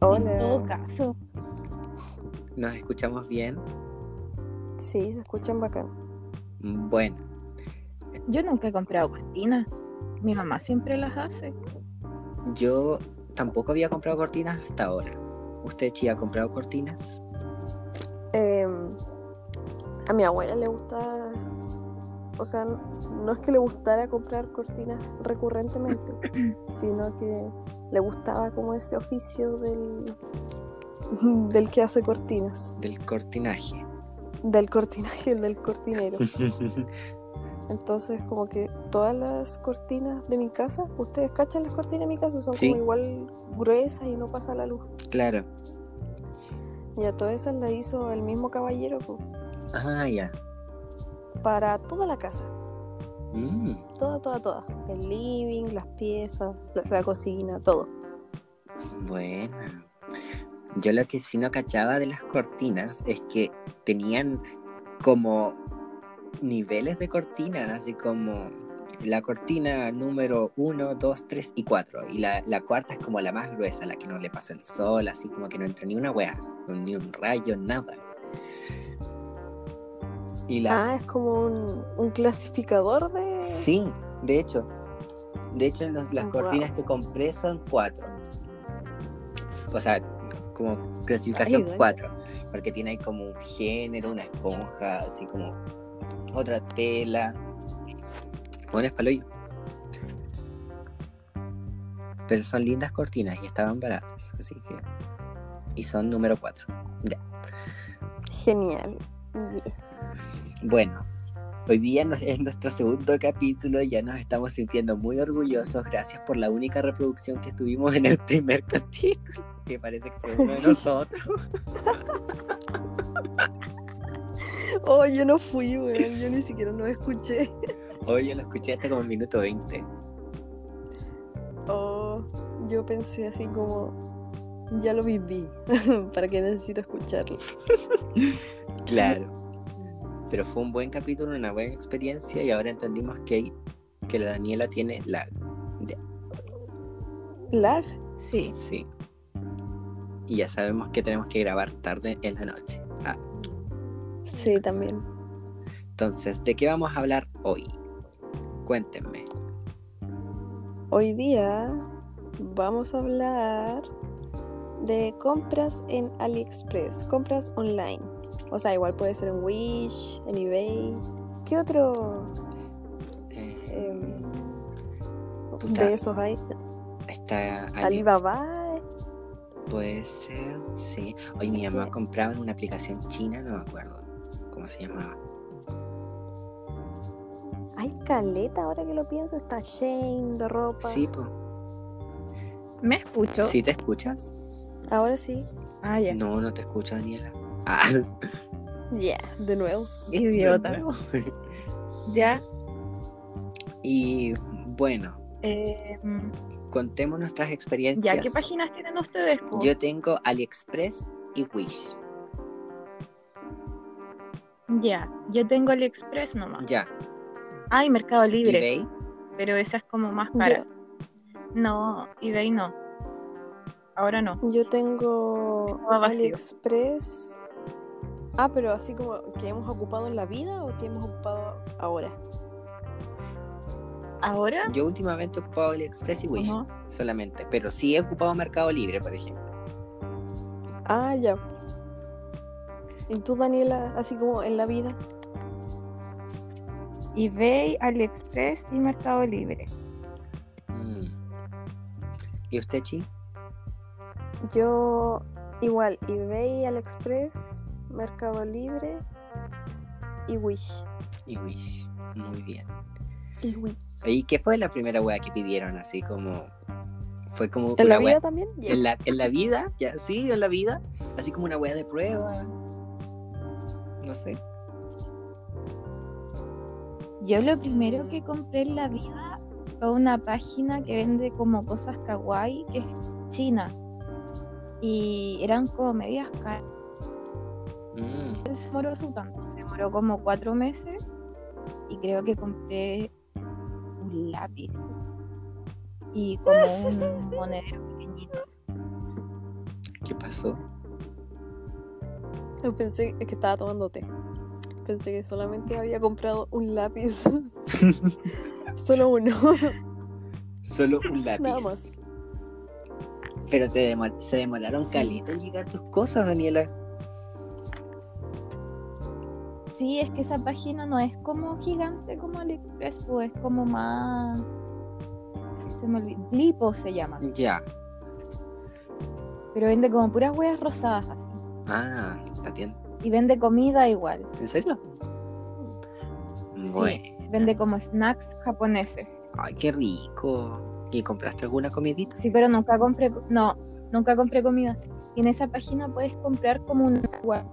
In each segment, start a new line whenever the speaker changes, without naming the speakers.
Hola.
todo caso.
¿Nos escuchamos bien?
Sí, se escuchan bacán.
Bueno,
Yo nunca he comprado cortinas. Mi mamá siempre las hace.
yo tampoco había comprado cortinas hasta ahora. ¿Usted, Chi, ha comprado cortinas?
Eh, a mi abuela le gusta. O sea, no es que le gustara comprar cortinas recurrentemente, sino que le gustaba como ese oficio del, del que hace cortinas,
Del cortinaje.
del cortinaje, del cortinero. Entonces, como que todas las cortinas de mi casa, ustedes cachan las cortinas de mi casa, son
Sí.
como igual gruesas y no pasa la luz.
claro.
Y a todas esas las hizo el mismo caballero po,
Ah, ya.
para toda la casa,
Mm,
toda, toda, toda. El living, las piezas, la, la cocina, todo.
buena. Yo lo que sí no cachaba de las cortinas es que tenían como niveles de cortinas, así como la cortina número 1, 2, 3 y 4. Y la, la cuarta es como la más gruesa, la que no le pasa el sol, así como que no entra ni una hueá, ni un rayo, nada. Y la
Ah, es como un, un clasificador de...
Sí, de hecho. De hecho, los- las
Eh, Wow.
cortinas que compré son cuatro. O sea, como clasificación
Ay, bueno.
cuatro. Porque tiene ahí como un género, una esponja, así como otra tela. Bueno, es paloyo. Pero son lindas cortinas y estaban baratas, así que. Y son número cuatro.
Genial. Y-
Bueno, hoy día nos- es nuestro segundo capítulo, ya nos estamos sintiendo muy orgullosos, gracias por la única reproducción que tuvimos en el primer capítulo, que parece que fue uno de nosotros.
Oh, yo no fui, weón, yo ni siquiera no escuché.
Hoy yo lo escuché hasta como el minuto 20.
Oh, yo pensé así como... Ya lo viví, ¿para qué necesito escucharlo?
Claro. Pero fue un buen capítulo, una buena experiencia y ahora entendimos que, que la Daniela tiene la...
¿Lag?
Sí.
Sí. Y ya sabemos que tenemos que grabar tarde en la noche. Ah,
Sí, también.
entonces, ¿de qué vamos a hablar hoy? Cuéntenme.
Hoy día vamos a hablar de compras en AliExpress, compras online. O sea, igual puede ser en Wish, en eBay. ¿Qué otro em,
Eh, Puta.
de esos hay?
Está Ali-
Alibaba.
Puede ser, sí. Oye, mi
Es
mamá
que-
compraba en una aplicación china, no me acuerdo cómo se llamaba.
Hay caleta, ahora que lo pienso. Está Shane de ropa.
Sí, po.
¿Me escucho?
¿Sí te escuchas?
Ahora sí.
Ah, ya.
No, no te escucho, Daniela. Ah,
Ya, de nuevo.
Idiota. Ya.
y bueno,
eh,
contemos nuestras experiencias.
ya, ¿qué páginas tienen ustedes? po?
Yo tengo AliExpress y Wish.
Ya. Yo tengo AliExpress nomás.
Ya.
Ah, y Mercado Libre.
eBay.
Pero esa es como más
Yo,
cara. No, eBay no. Ahora no.
yo tengo
Estaba vacío.
AliExpress. Ah, pero así como que hemos ocupado en la vida o que hemos ocupado ahora.
¿Ahora?
Yo últimamente he ocupado AliExpress y Wish
Ujú.
solamente. Pero sí he ocupado Mercado Libre, por ejemplo.
Ah, ya. ¿Y tú, Daniela, así como en la vida?
eBay, AliExpress y Mercado Libre.
Mm. ¿Y usted, Chi?
Yo igual, eBay, AliExpress, Mercado Libre y Wish.
Y Wish. Muy bien.
Y Wish.
¿Y qué fue la primera wea que pidieron? Así como. Fue como.
¿En la
una
vida
wea-
también? Ya.
en, la, en la vida, ya, sí, en la vida. Así como una wea de prueba. No sé.
Yo lo primero que compré en la vida fue una página que vende como cosas kawaii, que es china. Y eran como medias caras.
Mm,
Se demoró su tanto, se demoró como cuatro meses. Y creo que compré un lápiz. Y como un monedero pequeñito.
¿Qué pasó?
Yo pensé es que estaba tomando té. Pensé que solamente había comprado un lápiz. Solo uno,
Solo un lápiz.
nada más.
Pero te demor- se demoraron
Sí.
caleta en llegar tus cosas, Daniela.
Sí, es que esa página no es como gigante como AliExpress, pues es como más. Se me olvidó. Lipo se llama.
Ya.
Pero vende como puras huevas rosadas así.
Ah, la tienda.
Y vende comida igual.
¿En serio?
Sí,
Bueno.
Vende como snacks japoneses.
Ay, qué rico. ¿Y compraste alguna comidita?
Sí, pero nunca compré. No, nunca compré comida. Y en esa página puedes comprar como un agua.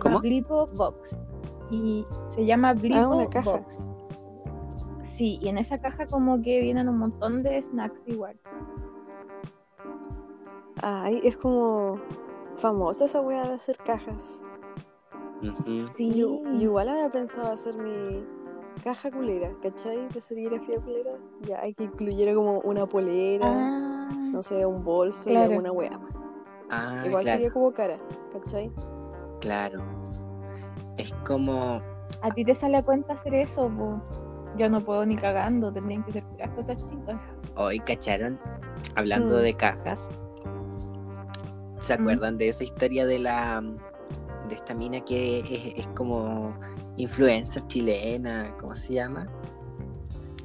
¿Cómo?
Blipo Box. Y se llama Blipo
una caja.
Box. Sí, y en esa caja como que vienen un montón de snacks igual.
Ay, es como famosa esa weá de hacer cajas.
Ujú.
Sí,
Yo, yo igual había pensado hacer mi caja culera, ¿cachai? De serigrafía culera. Ya, que incluyera como una polera,
Ah,
no sé, un bolso
Claro.
y alguna weá. más.
Ah,
igual
claro,
sería como cara, ¿cachai?
claro. Es como...
a ti te sale a cuenta hacer eso, po? yo no puedo ni cagando, tendrían que ser puras cosas chicas.
Hoy cacharon, hablando
Mm.
de cajas, ¿se
Mm.
acuerdan de esa historia de la de esta mina que es, es como influencer chilena? ¿Cómo se llama?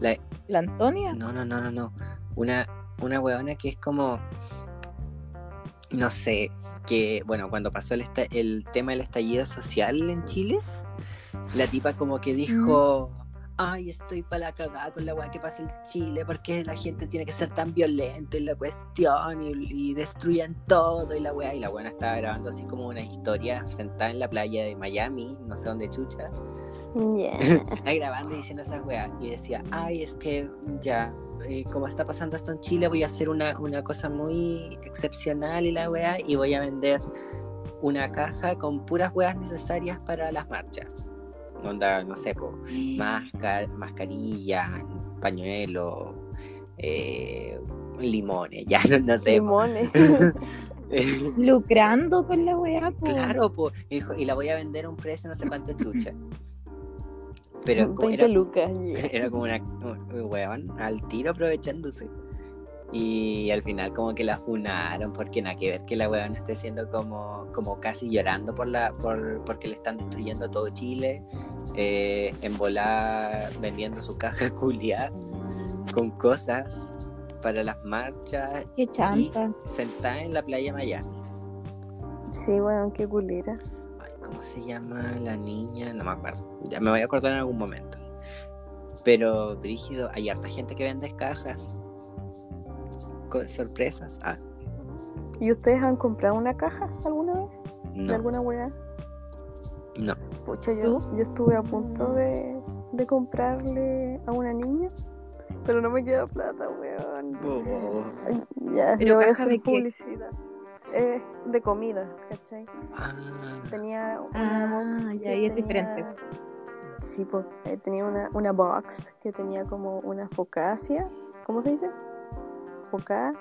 ¿La Antonia?
No, no, no, no, no. Una, una huevona que es como. No sé, que bueno, cuando pasó el, esta- el tema del estallido social en Chile, la tipa como que dijo. Ay, estoy para la cagada con la weá que pasa en Chile, porque la gente tiene que ser tan violenta y la cuestión y, y destruyan todo y la weá. Y la weá estaba grabando así como una historia sentada en la playa de Miami, no sé dónde chucha ahí grabando y diciendo esas weas. Y decía, ay, es que ya, eh, como está pasando esto en Chile, voy a hacer una, una cosa muy excepcional y la wea, y voy a vender una caja con puras weas necesarias para las marchas. Onda, no sé, po, máscar mascarilla, pañuelo, eh, limones, ya no, no sé. po.
Limones.
Lucrando con la weá, po.
claro, po. Y dijo, y la voy a vender a un precio no sé cuánto chucha. Pero como
20
era-
lucas. yeah.
era como una un weón al tiro aprovechándose. Y al final como que la funaron porque nada que ver que la weón esté siendo como, como casi llorando por la, por, porque le están destruyendo todo Chile, eh, en volar vendiendo su caja culia con cosas para las marchas,
Qué chanta.
sentada en la playa Miami.
Sí, weón, qué culera.
Ay, ¿cómo se llama la niña? No me acuerdo. Ya me voy a acordar en algún momento. Pero, Brígido, hay harta gente que vende cajas. Con sorpresas. Ah,
¿Y ustedes han comprado una caja alguna vez? ¿De
no.
alguna weá?
No.
Pucha, yo,
¿Tú?
yo estuve a punto de, de comprarle a una niña, pero no me queda plata, weón.
Oh.
Ay, Ya,
¿Pero
le voy a
caja de
hacer
qué?
publicidad. Eh, de comida, ¿cachai?
Ah,
Tenía una
Ah,
box.
ya,
que
y
tenía-
es diferente.
Sí, pues, tenía una, una box que tenía como una focaccia. ¿Cómo se dice? Foca...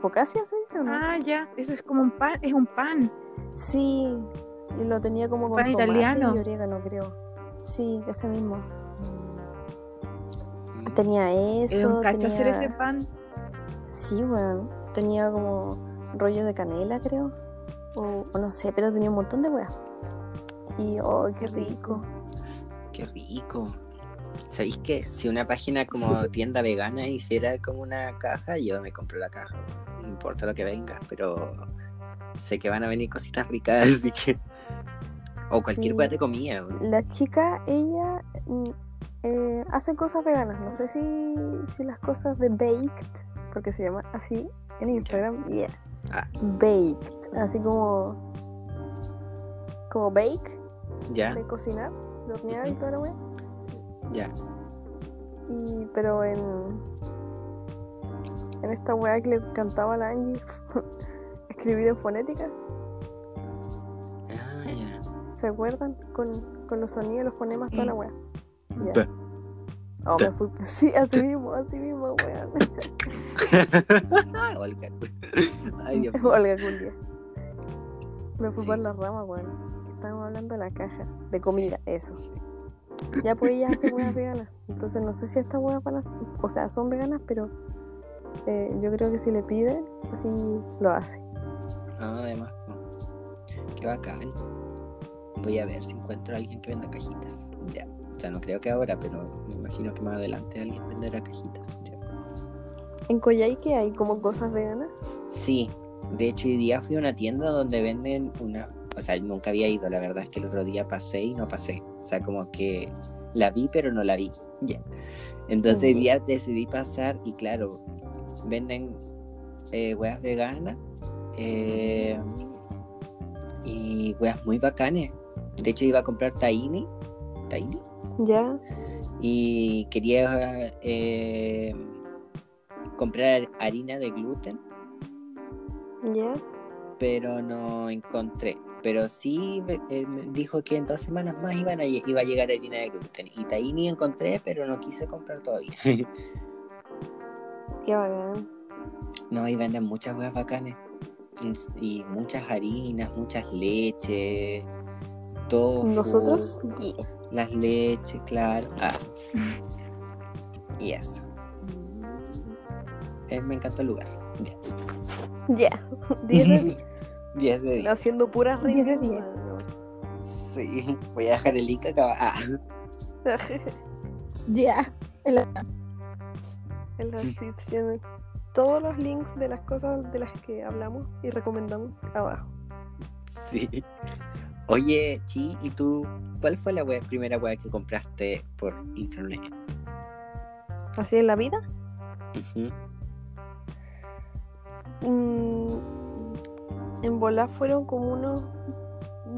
¿Focaccia se dice o no?
Ah, ya, eso es como un pan, es un pan.
Sí, y lo tenía como con
Pan
tomate
italiano.
y orégano, creo. Sí, ese mismo. Tenía
Es
eso.
un cacho hacer
tenía-
ese pan.
Sí, weón. Tenía como rollos de canela, creo. O, o no sé, pero tenía un montón de weas. Y, oh, qué rico.
mm, qué rico. ¿Sabéis que si una página como tienda vegana hiciera como una caja, yo me compro la caja? No importa lo que venga, pero sé que van a venir cositas ricas, así que. O cualquier
Sí.
cosa de comida. ¿no?
La chica, ella mm, eh, hace cosas veganas. No sé si, si las cosas de baked, porque se llama así en Instagram. Yeah.
Ah.
Baked. Así como. Como bake,
Ya,
de cocinar, de hornear y
Ujú.
toda la wea.
ya.
Y, pero en. En esta weá que le cantaba a la Angie, escribir en fonética,
Ah, ya.
¿se acuerdan? Con, con los sonidos, los fonemas, toda la weá. Ya.
Pe.
Oh, me fui. Sí, así mismo, así mismo, weón.
Olga. Ay, Dios mío.
Olga Julia. Me fui
Sí.
por las ramas, weón. Que Estábamos hablando de la caja, de comida, eso. Ya pues ellas hacen huevas veganas. Entonces no sé si estas huevas van a ser- O sea, son veganas, pero eh, yo creo que si le pide, así lo hace.
Ah, además. po. Qué bacán. Voy a ver si encuentro a alguien que venda cajitas. Ya. O sea, no creo que ahora, pero me imagino que más adelante alguien venderá cajitas. Ya.
En Coyhaique que hay como cosas veganas.
Sí, de hecho hoy día fui a una tienda donde venden una, o sea, nunca había ido, la verdad es que el otro día pasé y no pasé, o sea, como que la vi pero no la vi, ya. Entonces hoy
Ujú.
día decidí pasar y claro, venden eh, huevas veganas eh, y huevas muy bacanes. De hecho iba a comprar tahini, tahini,
Ya,
y quería eh, comprar harina de gluten
ya.
pero no encontré. Pero sí me- eh, me dijo que en dos semanas más iban a, lle- iba a llegar harina de gluten. Y tahini encontré, pero no quise comprar todavía.
Qué bacán.
no, y venden muchas huevas bacanes. Y- Y muchas harinas, muchas leches, todo.
Nosotros, sí.
Las leches, claro. Ah. y eso. Eh, me encantó el lugar.
ya. Diez de-
10 de 10.
haciendo puras
Diez de
risas.
diez.
weón.
Sí, voy a dejar el link acá. Ah.
Ya.
en la descripción. Todos los links de las cosas de las que hablamos y recomendamos abajo.
Sí. Oye, Chi, ¿y tú cuál fue la wea- primera web que compraste por internet?
¿Así en la vida?
Ujú.
Mm, en volar fueron como unos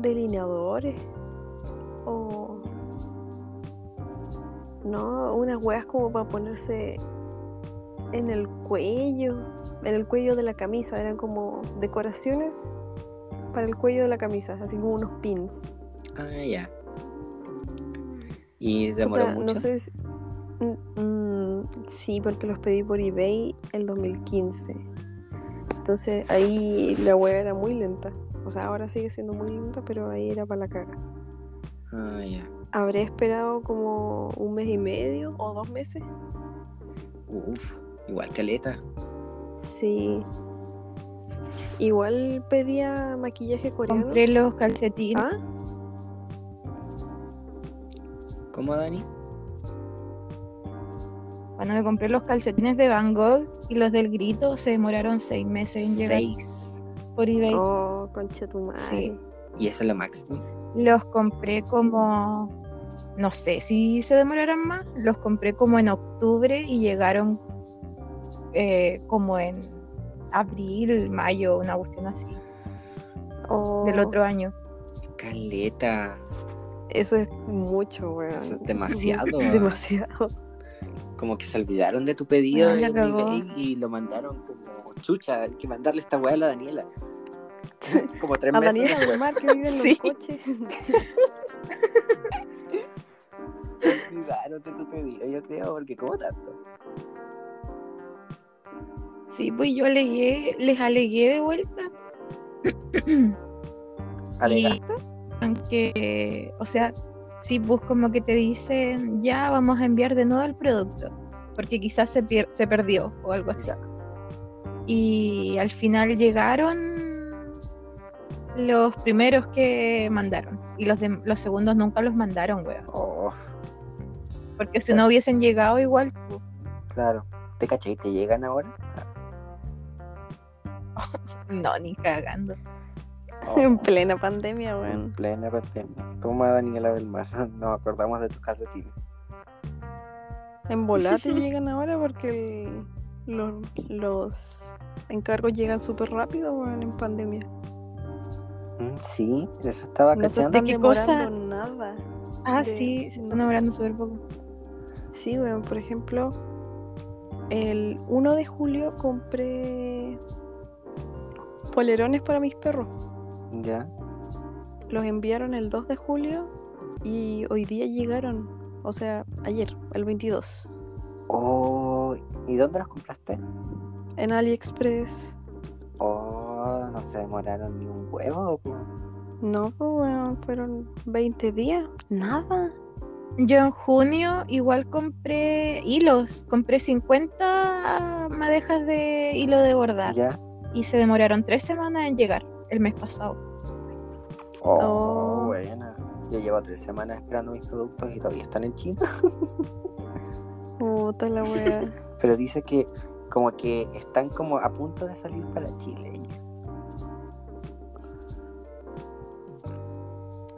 delineadores o no unas huevas como para ponerse en el cuello en el cuello de la camisa eran como decoraciones para el cuello de la camisa así como unos pins
Ah, ya. ¿Y
Puta,
demoró
no
mucho?
sé si- Mm, mm, sí, porque los pedí por eBay el 2015. Entonces ahí la web era muy lenta. O sea, ahora sigue siendo muy lenta, pero ahí era para la caga.
Ah, ya.
Habré esperado como un mes y medio o dos meses.
Uf, igual caleta.
Sí. Igual pedía maquillaje coreano.
Compré los calcetines.
Ah,
¿Cómo, Dani?
Cuando me compré los calcetines de Van Gogh y los del grito, se demoraron seis meses en llegar
Seis.
por eBay.
oh, concha tu madre.
Sí.
¿Y eso es lo máximo?
Los compré como, no sé si se demoraron más, los compré como en octubre y llegaron eh, como en abril, mayo, una cuestión así,
Oh,
del otro año.
Caleta.
Eso es mucho, weón.
Eso es demasiado.
Demasiado.
Como que se olvidaron de tu pedido
Ah, la
en
cagó.
eBay y lo mandaron como chucha. Hay que mandarle esta weá a la Daniela. como tres
A
meses.
Daniela
después.
Guzmán que vive en los
Sí.
coches.
Se olvidaron de tu pedido, yo creo, porque ¿cómo tanto?
Sí, pues yo alegué, les alegué de vuelta.
Alegaste.
Aunque, o sea, sí, pues como que te dicen, ya vamos a enviar de nuevo el producto, porque quizás se, pier- se perdió o algo así. Y al final llegaron los primeros que mandaron, y los, dem- los segundos nunca los mandaron, weón.
Oh,
Porque si no hubiesen llegado igual, pues,
claro. ¿Te caché? ¿Te llegan ahora?
no, ni cagando. Oh.
En plena pandemia, weón.
Oh, plena pandemia. Toma, Daniela Belmar. Nos acordamos de tus calcetines.
En volate llegan ahora porque el- los, los encargos llegan súper rápido, weón, en pandemia.
Mm, Sí, eso estaba
No se
cachando.
están
¿De qué
demorando
cosa?
nada.
Ah,
De-
sí, se
no
está
sé.
nombrando súper poco.
Sí, weón, por ejemplo, el 1 de julio compré polerones para mis perros.
Ya.
Los enviaron el 2 de julio y hoy día llegaron. O sea, ayer, el 22.
Oh, ¿y dónde los compraste?
En AliExpress.
Oh, no se demoraron ni un huevo. po.
No, pues, weón, fueron 20 días. Nada.
Yo en junio igual compré hilos, compré 50 madejas de hilo de bordar
¿Ya?
y se demoraron tres semanas en llegar el mes pasado.
Oh.
buena. Yo llevo tres semanas esperando mis productos y todavía están en China.
Puta la wea.
Pero dice que como que están como a punto de salir para Chile.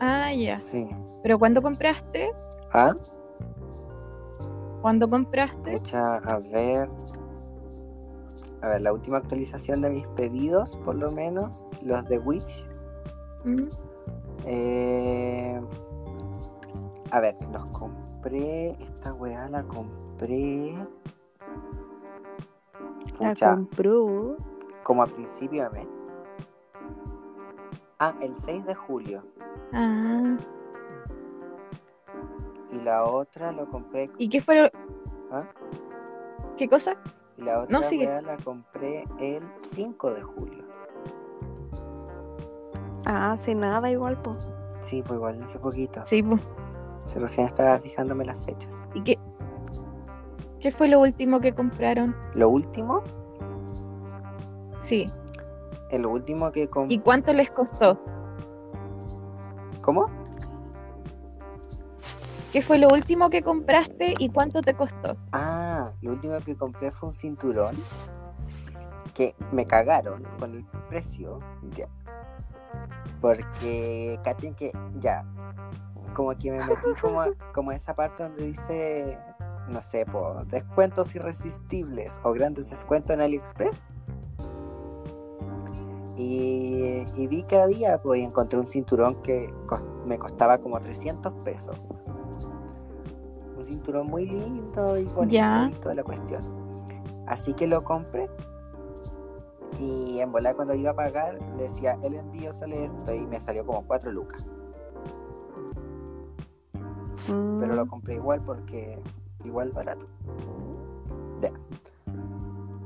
Ah, ya.
Sí.
Pero ¿cuándo compraste?
Ah,
¿Cuándo compraste?
Pucha, a ver. A ver, la última actualización de mis pedidos, por lo menos, los de Wish.
Mm,
eh, a ver, los compré. Esta weá la compré.
La
Pucha,
compró.
como a principio de mes. Ah, el 6 de julio.
Ah.
Y la otra lo compré.
¿Y qué fue?
¿Ah?
¿Qué cosa?
Y la otra
No, sigue.
weá la compré el 5 de julio.
Ah, hace nada igual, po.
Sí, pues igual hace poquito.
Sí, po.
Se recién estaba fijándome las fechas.
¿Y qué? ¿Qué fue lo último que compraron?
Lo último,
Sí.
el último que compré.
¿Y cuánto les costó?
¿Cómo?
¿Qué fue lo último que compraste y cuánto te costó?
Ah, lo último que compré fue un cinturón que me cagaron con el precio. Ya. Porque, cachen que ya, como que me metí como a, como a esa parte donde dice, no sé, po, descuentos irresistibles o grandes descuentos en AliExpress. Y, y vi que había, pues, y encontré un cinturón que cos- me costaba como 300 pesos. Un cinturón muy lindo y bonito
Ya.
y toda la cuestión. Así que lo compré. Y en volar cuando iba a pagar decía el envío sale esto y me salió como 4 lucas.
Mm.
pero
Oh,
lo compré igual porque igual barato. Ya.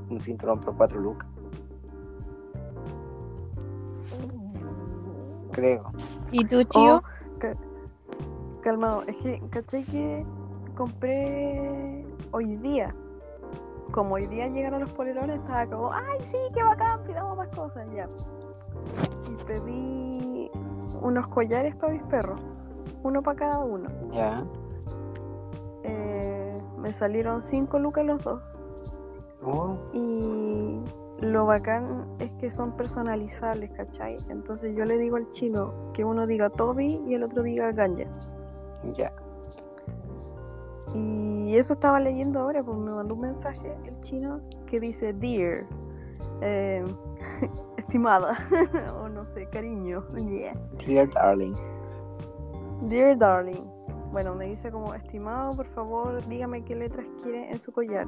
Un cinturón por 4 lucas, creo.
¿Y tú,
Oh,
Chio?
Calmado, es que caché que compré hoy día. Como hoy día llegaron los polerones, estaba como, ¡ay, sí, qué bacán! Pidamos más cosas ya. Y pedí unos collares para mis perros, uno para cada uno.
Ya.
Eh, me salieron 5 lucas los dos.
Oh,
Y lo bacán es que son personalizables, ¿cachai? Entonces yo le digo al chino que uno diga Toby y el otro diga Ganja.
ya.
Y eso estaba leyendo ahora, pues me mandó un mensaje el chino que dice Dear, eh, estimada, o no sé, cariño. yeah.
Dear darling.
Dear darling. Bueno, me dice como, estimado, por favor, dígame qué letras quiere en su collar.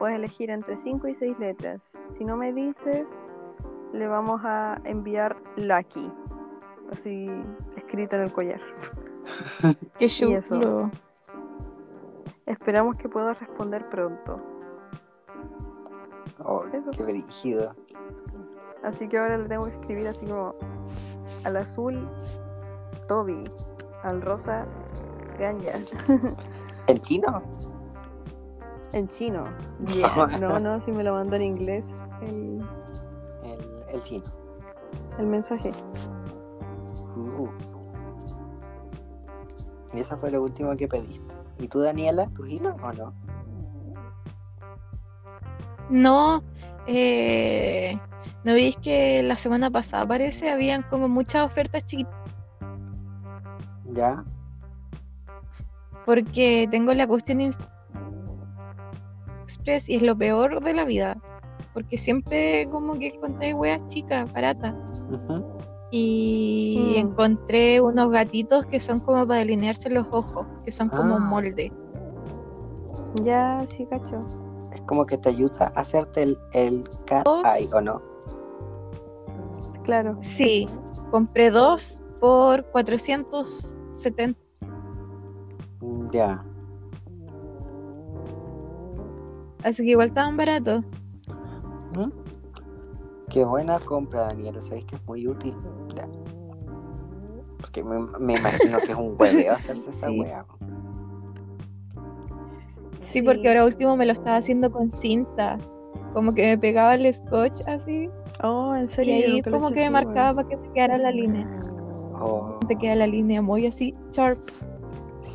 Puedes elegir entre 5 y 6 letras. Si no me dices, le vamos a enviar Lucky. Así escrito en el collar.
¿Qué
y eso. Esperamos que puedas responder pronto.
Oh,
Eso.
qué brígido.
Así que ahora le tengo que escribir así como al azul Toby, al rosa Ganja.
¿En chino?
En chino. Yeah. No, no, si me lo mandó en inglés el,
El, el chino.
el mensaje.
Uh. Y eso fue lo último que pediste. ¿Y tú, Daniela, tu chino o no?
No, eh, ¿no veis que la semana pasada parece habían como muchas ofertas chiquitas?
Ya.
Porque tengo la cuestión en Express y es lo peor de la vida. Porque siempre como que encontré weas chicas, baratas.
Ujú.
Y
Mm.
encontré unos gatitos que son como para delinearse los ojos, que son como
Ah.
un molde.
Ya, sí, cacho.
Es como que te ayuda a hacerte el, el cat
Dos.
eye, ¿o no?
Claro.
Sí, compré dos por 470.
Ya.
Así que igual estaban baratos.
¿Mm? Qué buena compra, Daniela. Sabéis que es muy útil. Ya. Porque me, me imagino que es un hueveo hacerse esa
Sí.
wea.
Sí, porque ahora último me lo estaba haciendo con cinta. Como que me pegaba el scotch así.
Oh, en
Y
serio. yo
ahí
nunca lo he
como
hecho
que me
así,
marcaba para que se quedara la línea.
Oh,
Te queda la línea muy así, sharp.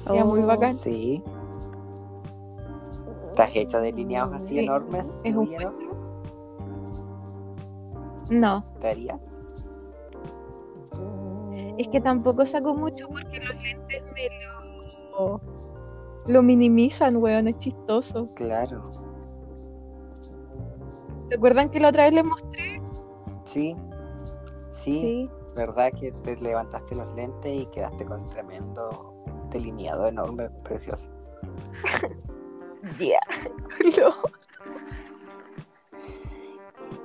Oh.
Queda muy bacán.
sí. Estás hecha de lineados así
Sí,
enormes.
es
muy
un
enormes.
No,
¿Te harías?
es que tampoco saco mucho porque los lentes me lo, lo minimizan, weón, es chistoso.
Claro.
¿Se acuerdan que la otra vez les mostré?
Sí. Sí.
Sí.
¿Verdad que te levantaste los lentes y quedaste con tremendo delineado enorme, precioso?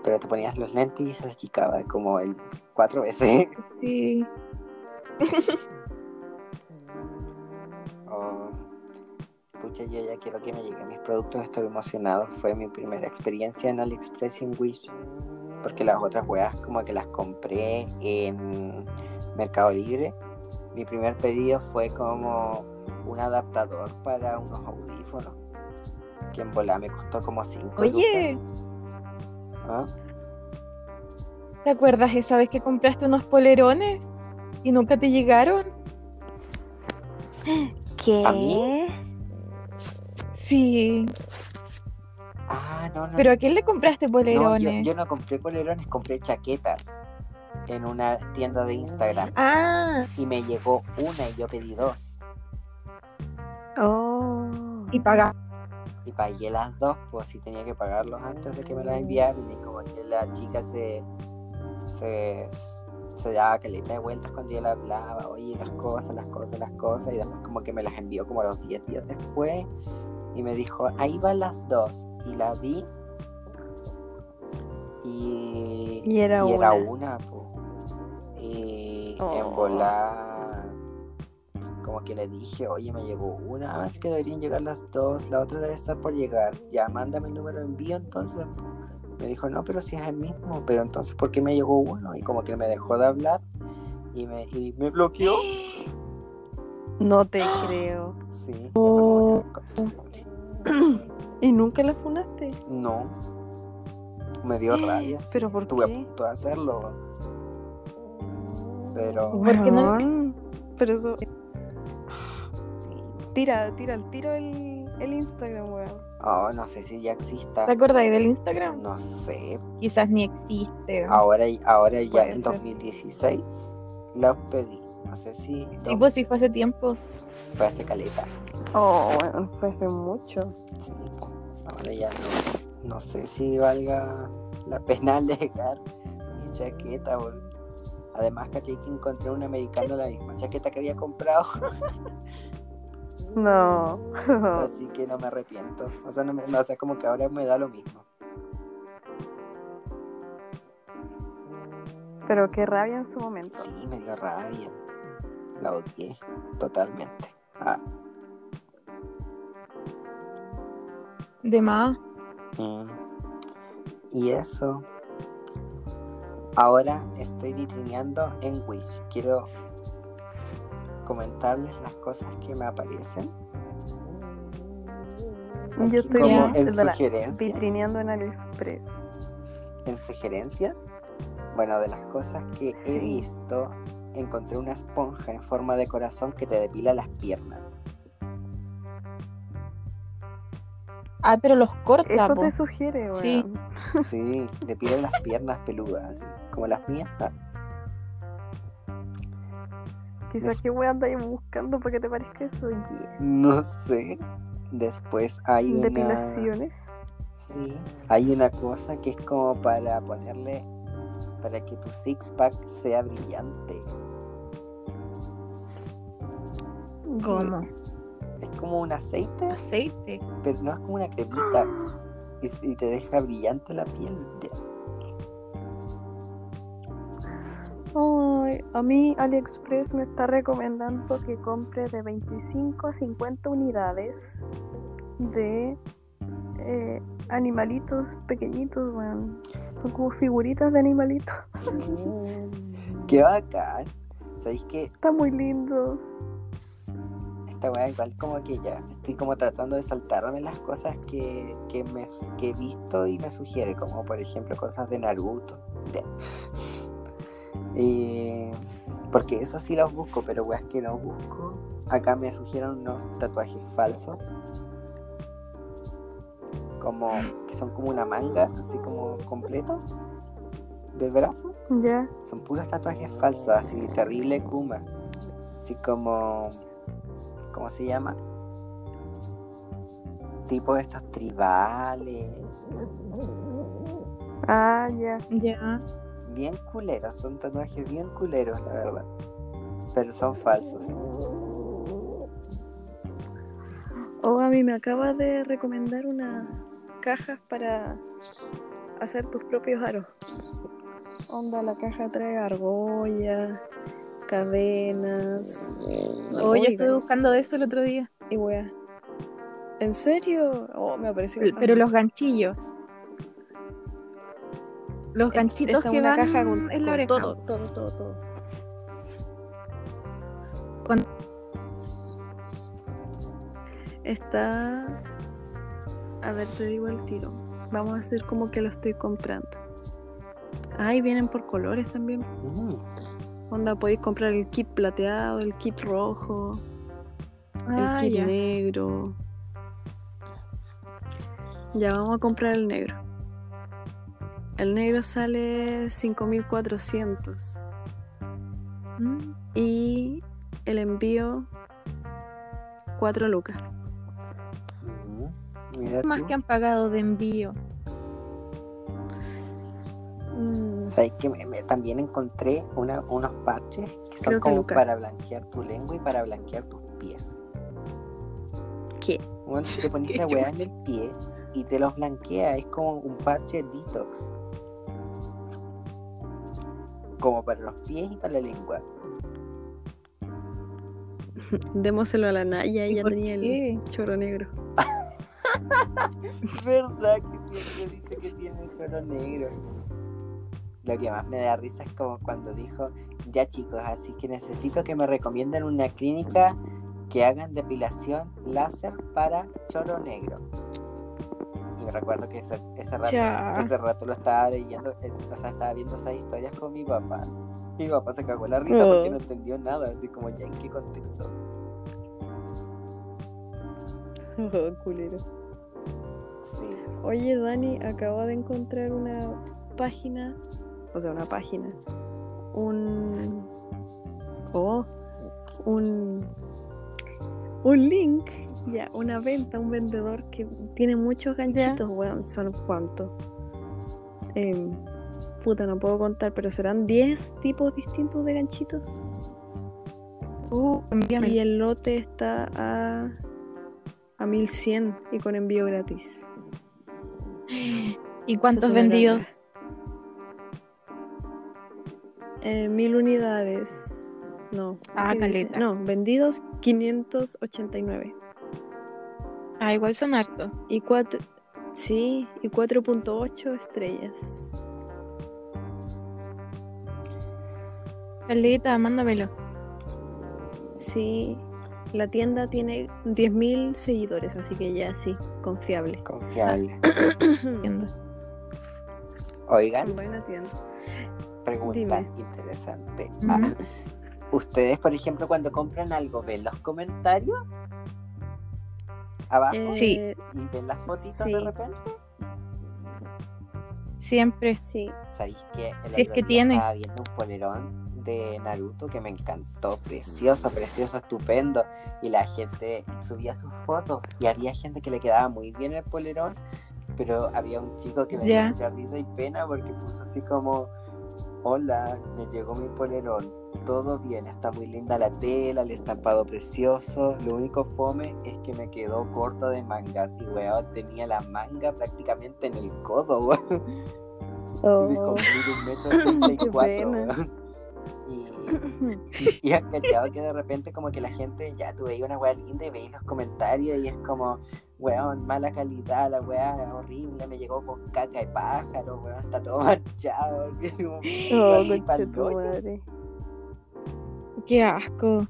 Pero te ponías los lentes y se achicaba como el cuatro veces.
Sí,
Oh, Pucha, yo ya quiero que me lleguen mis productos, estoy emocionado. Fue mi primera experiencia en AliExpress y en Wish. Porque las otras weas como que las compré en Mercado Libre. Mi primer pedido fue como un adaptador para unos audífonos. Que en bola me costó como ¿ah? 5
Oye, ¿te acuerdas esa vez que compraste unos polerones y nunca te llegaron?
¿Qué?
¿A mí?
Sí,
Ah, no, no.
pero ¿a quién le compraste
no,
polerones?
yo, yo no compré polerones, compré chaquetas en una tienda de Instagram.
Ah,
y me llegó una y yo pedí dos.
Oh.
y pagaste.
Y pagué las dos, pues si tenía que pagarlos antes de que me las enviaran. Y como que la chica se, se, se daba caleta de vueltas cuando yo le hablaba, oye, las cosas, las cosas, las cosas. Y después como que me las envió como los 10 días después. Y me dijo, ahí van las dos. Y la vi. Y,
Y era
y era una,
una.
po. Y
Oh.
en volar, como que le dije, oye, me llegó una, así que deberían llegar las dos, la otra debe estar por llegar. Ya, mándame el número de envío, entonces. Me dijo, no, pero si es el mismo, pero entonces, ¿por qué me llegó uno? Y como que me dejó de hablar y me, y me bloqueó.
No te creo.
Sí. y fue como que-
¿Y nunca la funaste?
No. Me dio rabia. sí.
¿Pero por
Estuve a
qué?
punto de hacerlo. Pero
¿Por qué no-
Weón, Pero eso...
sí.
Tira, tira al tiro el, el Instagram, weón.
Oh, no sé si ya exista.
¿Te acordáis del Instagram?
No sé,
Quizás ni existe.
Ahora, ahora ya
Puede
en
ser.
2016 los pedí. No sé si
Sí, pues sí, fue hace tiempo.
fue hace caleta.
Oh, weón, fue hace mucho.
Sí, po. ahora ya no, no sé si valga la pena dejar mi chaqueta. bol. Además, caché que encontré un americano la misma chaqueta que había comprado.
No.
Así que no me arrepiento. O sea, no me, no, o sea, como que ahora me da lo mismo.
Pero qué rabia en su momento.
Sí, me dio rabia. La odié totalmente. Ah.
De más.
Mm. Y eso. Ahora estoy vitrineando en Wish. Quiero comentarles las cosas que me aparecen. Aquí
Yo estoy
como en
haciendo la
sugerencias.
Vitrineando en AliExpress.
En sugerencias. Bueno, de las cosas que he
Sí.
visto, encontré una esponja en forma de corazón que te depila las piernas.
Ah, pero los corta,
Eso
po.
te sugiere, weón.
Sí.
Sí, depila las piernas peludas, así, como las mías. Ah,
Quizás qué weón andáis buscando para que te parezca eso.
No sé. Después hay una...
Depilaciones.
Sí, hay una cosa que es como para ponerle, para que tu six pack sea brillante.
¿Cómo?
Es como un aceite,
Aceite.
pero no es como una cremita. Y, s- y te deja brillante la piel. Ya.
Ay, a mí AliExpress me está recomendando que compre de 25 a 50 unidades de eh, animalitos pequeñitos, weón. Son como figuritas de animalitos.
Qué bacán. ¿Sabéis que
Está muy lindo.
esta weá igual como que ya estoy como tratando de saltarme las cosas que, que me, que he visto y me sugiere, como por ejemplo cosas de Naruto. De- Eh, porque eso sí los busco, pero weas que no busco. Acá me sugieron unos tatuajes falsos. Como que son como una manga, así como completo. Del brazo.
Ya.
Son puros tatuajes falsos, así terrible Kuma. Así como. ¿Cómo se llama? Tipo estos tribales.
Ah, ya.
Ya.
Bien culeros, son tatuajes bien culeros, la verdad. Pero son falsos.
Oh, a mí me acaba de recomendar unas cajas para hacer tus propios aros. Onda, la caja trae argolla, cadenas
Oh, yo
Oigan.
estuve buscando de eso el otro día.
y weá. ¿En serio? Oh, me apareció.
Pero los ganchillos. Los
Esta-
ganchitos
esta es
que
una
van
caja con,
en la
con
oreja.
todo, todo, todo, todo.
Con-
Está. A ver, te digo el tiro. Vamos a hacer como que lo estoy comprando. Ay, vienen por colores también.
Mm.
Onda, podéis comprar el kit plateado, el kit rojo,
Ah,
el kit
ya.
negro. Ya vamos a comprar el negro. El negro sale 5400.
Mm.
Y el envío, 4 lucas.
Mm. Mira
Más
tú.
que han pagado de envío. Mm.
¿Sabes que también encontré una- unos parches que son
Creo que
como
Luca.
para blanquear tu lengua y para blanquear tus pies.
¿Qué?
Bueno, te pones
Qué
la weá en
chucha.
el pie y te los blanquea, es como un parche detox. Como para los pies y para la lengua.
Démoselo a la Naya, ella
por
tenía
qué?
el chorro negro.
¿Verdad que siempre dice que tiene choro negro? Lo que más me da risa es como cuando dijo, ya chicos, así que necesito que me recomienden una clínica que hagan depilación láser para choro negro. Y recuerdo que ese, ese rato,
Ya.
ese rato lo estaba leyendo, eh, o sea, estaba viendo esas historias con mi papá. Mi papá se cagó la risa porque
Oh.
no entendió nada, así como ya en qué contexto.
Oh,
culero.
Sí.
Oye, Dani, acabo de encontrar una página, o sea, una página, un... Oh, un... Un link, ya, una venta, un vendedor que tiene muchos ganchitos, weón, son cuántos. Em, puta, no puedo contar, pero serán 10 tipos distintos de ganchitos.
Uh, envíame.
Y el lote está a, a 1100 y con envío gratis.
¿Y cuántos
Entonces,
vendidos?
bueno, eh, mil unidades. No.
Ah,
¿qué dice?
caleta.
No, vendidos 589.
Ah, igual son hartos.
Y cuatro. Sí, y 4.8 estrellas.
Caleta, mándamelo.
Sí, la tienda tiene 10.000 seguidores, así que ya sí, confiable.
Confiable.
Entiendo.
Oigan,
Buena tienda.
Pregunta
Dime.
interesante.
Ujú.
Ah, ¿Ustedes, por ejemplo, cuando compran algo, ven los comentarios? Abajo.
Eh,
Sí.
¿Y ven las fotitos
sí.
de repente?
Siempre.
Sí.
¿Sabéis que el
Si es
otro
que
día
tiene.
estaba viendo un polerón de Naruto que me encantó? Precioso, precioso, estupendo. Y la gente subía sus fotos y había gente que le quedaba muy bien el polerón. Pero había un chico que me dio
Ya.
mucha risa y pena porque puso así como... Hola, me llegó mi polerón. Todo bien, está muy linda la tela, el estampado precioso. Lo único fome es que me quedó corto de mangas y weón tenía la manga prácticamente en el codo, weón. Y dijo,
Oh,
mide un metro treinta y
Qué
cuatro,
pena.
weón. Y, y has cachado que de repente como que la gente, ya tú veías una weá linda y veías los comentarios y es como, weón, mala calidad, la weá horrible, me llegó con caca de pájaro, weón, está todo manchado, así como,
Oh,
y pa'l
conche tu
hoyo.
madre.
Qué asco.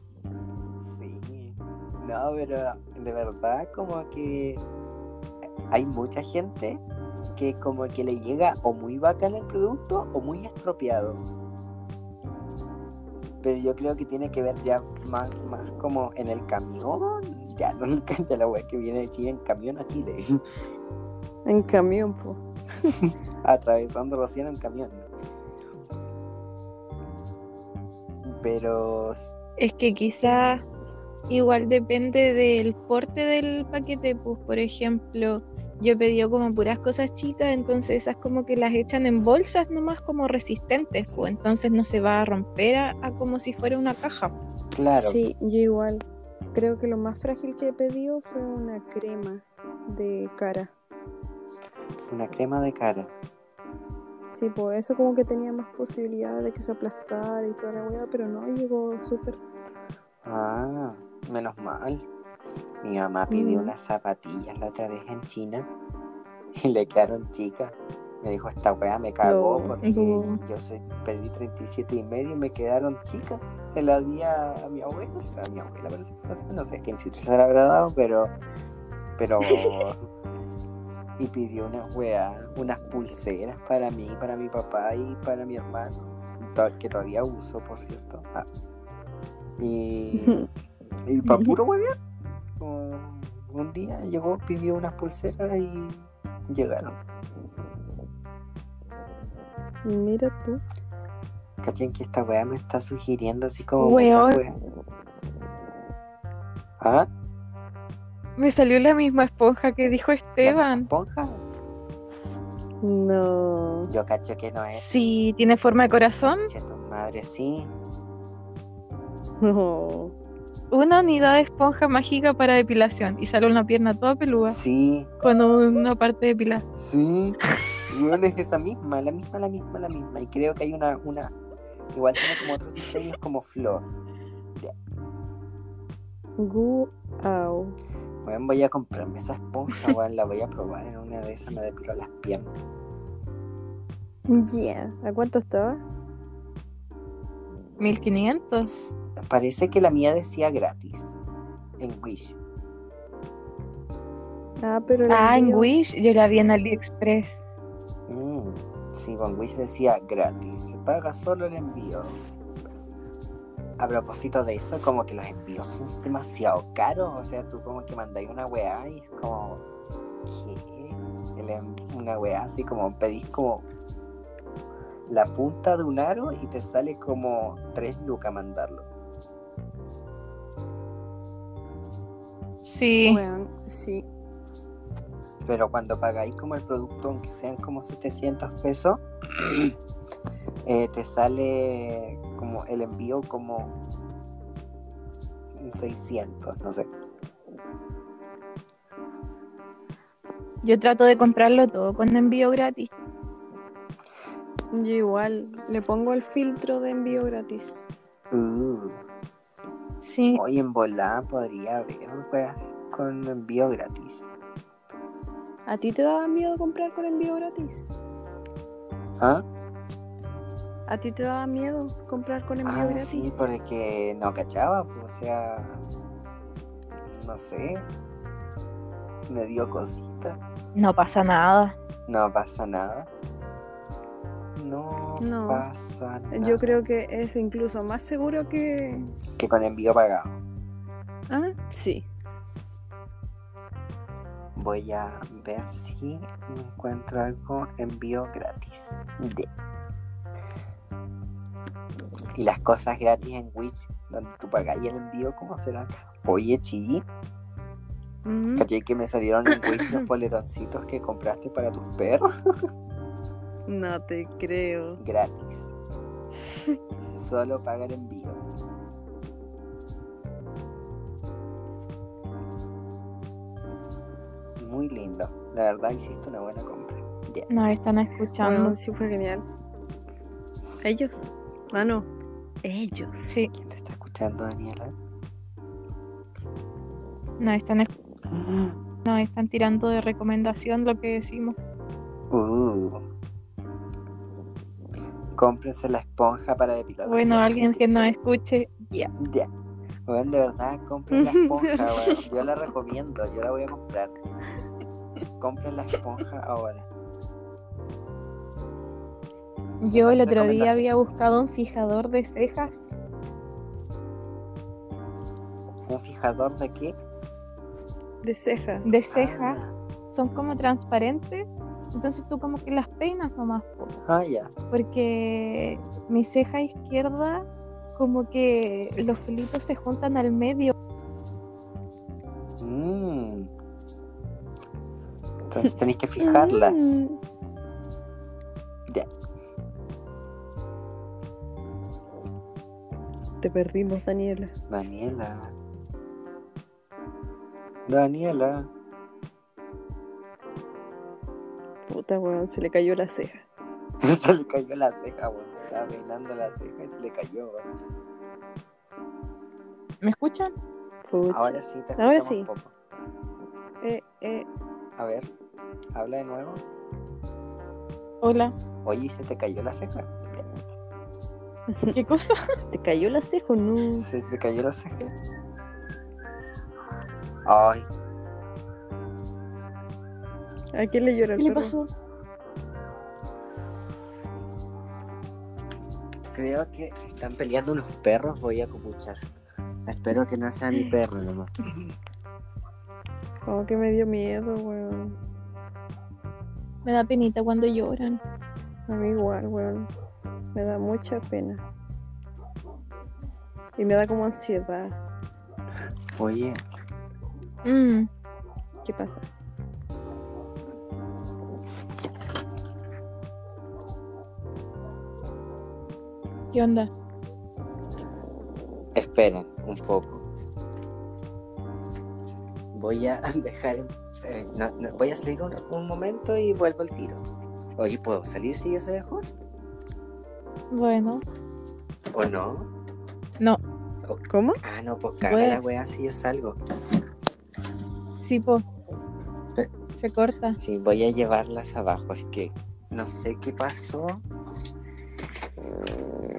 Sí, no, pero de verdad como que hay mucha gente que como que le llega o muy bacán el producto o muy estropeado. Pero yo creo que tiene que ver ya más, más como en el camión, ya no de la web que viene de Chile en camión a Chile,
En camión, po.
atravesando recién en camión. Pero
Es que quizá igual depende del porte del paquete, pues por ejemplo, yo he pedido como puras cosas chicas, entonces esas como que las echan en bolsas nomás como resistentes, pues entonces no se va a romper a, a como si fuera una caja.
claro,
Sí, yo igual. Creo que lo más frágil que he pedido fue una crema de cara.
una crema de cara.
Sí, pues eso como que tenía más posibilidad de que se aplastara y toda la weá, pero no, llegó súper.
Ah, menos mal. Mi mamá pidió
Mm.
unas zapatillas la otra vez en China y le quedaron chicas. Me dijo, esta weá me cagó
No.
porque
No.
yo soy- perdí 37 y medio y me quedaron chicas. Se la di a, a mi abuela, a mi abuela, parece. No sé, no sé quién chucha se la habrá dado, pero... pero y pidió unas weá, unas pulseras para mí, para mi papá y para mi hermano, to- que todavía uso, por cierto. Ah. Y... Y para puro huevear. así como Un día llegó, pidió unas pulseras y llegaron.
Mira tú.
Cachen que esta weá me está sugiriendo así como.
Weón.
muchas weas. ¿Ah?
Me salió la misma esponja que dijo
¿La
Esteban.
esponja?
No.
Yo cacho que no es.
Sí, tiene forma de corazón.
Che, tu madre sí.
No.
Una unidad de esponja mágica para depilación y sale una pierna toda peluda
Sí,
con una parte de pila.
sí. Weón, es esa misma, la misma, la misma, la misma. Y creo que hay una. una... Igual tiene como otros diseños como flor.
Guau.
Weón, voy a comprarme esa esponja, weón. La voy a probar en una de esas. Me depilo las piernas.
Yeah. ¿A cuánto estaba?
1500.
Parece que la mía decía gratis en Wish.
Ah, pero la
Ah, en
envío-
Wish yo la vi en AliExpress.
Mm, sí, con Wish decía gratis. Se paga solo el envío. A propósito de eso, como que los envíos son demasiado caros. O sea, tú como que mandáis una weá y es como. ¿Qué? El en- una weá así como pedís como la punta de un aro y te sale como tres lucas mandarlo.
Sí.
Weón, sí.
Pero cuando pagáis como el producto, aunque sean como 700 pesos, eh, te sale como el envío como 600, no sé.
Yo trato de comprarlo todo con envío gratis.
Yo igual le pongo el filtro de envío gratis.
Uh,
Sí.
hoy en volada podría haber weas con envío gratis.
¿A ti te daba miedo comprar con envío gratis?
¿Ah?
¿A ti te daba miedo comprar con envío
Ah,
gratis?
sí, porque no cachaba, pues, o sea, no sé, me dio cosita.
No pasa nada.
No pasa nada. No,
No.
pasa nada.
Yo creo que es incluso más seguro que...
que con envío pagado.
Ah, sí.
Voy a ver si encuentro algo envío gratis. De- Y las cosas gratis en Wish, donde tú pagas y el envío, ¿cómo será? Oye, Chi,
Mm.
caché que me salieron en Wish los boletoncitos que compraste para tus perros
No te creo.
gratis. Solo paga el envío. Muy lindo. La verdad, hiciste una buena compra. Ya.
Nos están escuchando.
Weón, sí fue genial. Ellos. Ah, no.
ellos.
Sí,
¿Quién te está escuchando, Daniela?
nos están, escu- nos están tirando de recomendación lo que decimos.
Uh. Cómprense la esponja para depilar. los
Bueno,
dientes,
alguien que
chicos.
nos escuche, ya.
Ya. Weón, de verdad, compren la esponja, weón. Yo la recomiendo, yo la voy a comprar. Compren la esponja ahora.
Yo el otro
Recomendación.
día había buscado un fijador de cejas,
¿Un fijador de qué?
De cejas.
de cejas,
Ah,
son como transparentes, entonces tú como que las peinas nomás, po.
Ah, ya.
porque mi ceja izquierda como que los pelitos se juntan al medio.
Mm. Entonces tenéis que fijarlas.
Mm.
Ya.
Te perdimos, Daniela.
Daniela. Daniela.
Puta, weón, se le cayó la ceja.
Se le cayó la ceja, weón. Se estaba peinando la ceja y se le cayó, weón.
¿Me escuchan?
Pucha.
Ahora sí, te
Ahora
escuchamos
sí.
un poco.
Eh, eh,
A ver, habla de nuevo.
Hola,
Oye, ¿se te cayó la ceja?
¿qué cosa?
¿se te cayó la ceja o no?
Se, se cayó la ceja. Ay,
¿A quién le lloró el
¿Qué le
perro?
pasó?
creo que están peleando unos perros. Voy a copuchar. Espero que no sea mi perro, nomás.
Como que me dio miedo, weón.
Me da penita cuando lloran.
A mí igual, weón. Me da mucha pena. Y me da como ansiedad.
Oye,
Mm,
¿Qué pasa?
¿Qué onda?
esperen un poco. Voy a dejar. eh, no, no, voy a salir un, un momento y vuelvo al tiro. Oye, ¿puedo salir si yo soy el host?
Bueno,
¿O no?
no,
¿Cómo?
Ah, no, pues caga la
Pues.
weá si yo salgo.
sí, po.
Eh.
Se corta.
Sí, voy a llevarlas abajo. Es que no sé qué pasó. Eh,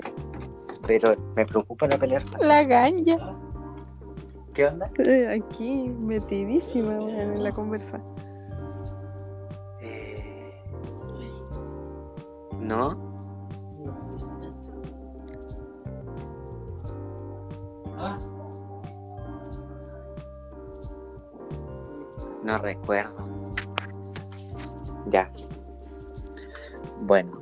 Pero me preocupa la pelea.
La ganja.
¿Qué onda?
Eh, Aquí, metidísima, weón, en la conversa.
Eh, ¿No? No recuerdo. Ya. Bueno.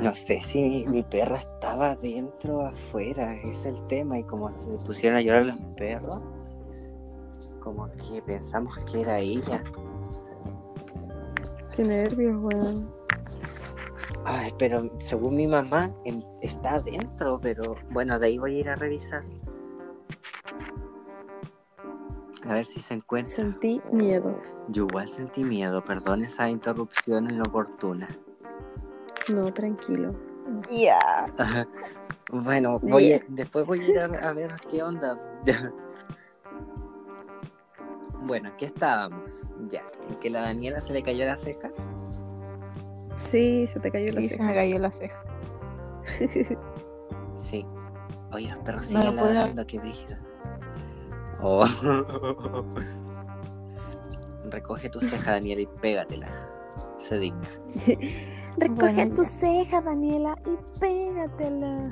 No sé si mi, mi perra estaba adentro o afuera, ese es el tema. Y como se pusieron a llorar los perros, como que pensamos que era ella.
Qué nervios, weón.
Ay, pero según mi mamá en- está adentro, pero bueno, de ahí voy a ir a revisar. A ver si se encuentra.
Sentí miedo.
Yo igual sentí miedo, perdón esa interrupción inoportuna.
No, tranquilo.
Ya.
Bueno, voy a- después voy a ir a, a ver qué onda. bueno, ¿en qué estábamos? Ya, en que la Daniela se le cayó la ceja.
Sí, se te cayó la
Sí, se me
ceja.
cayó la ceja.
Sí. Oye, los perros
No lo
siguen
puedo-
ladrando, qué brígido. Oh. Recoge tu ceja, Daniela, y pégatela. Se digna.
Recoge
Bueno,
tu
ya.
ceja, Daniela, y pégatela.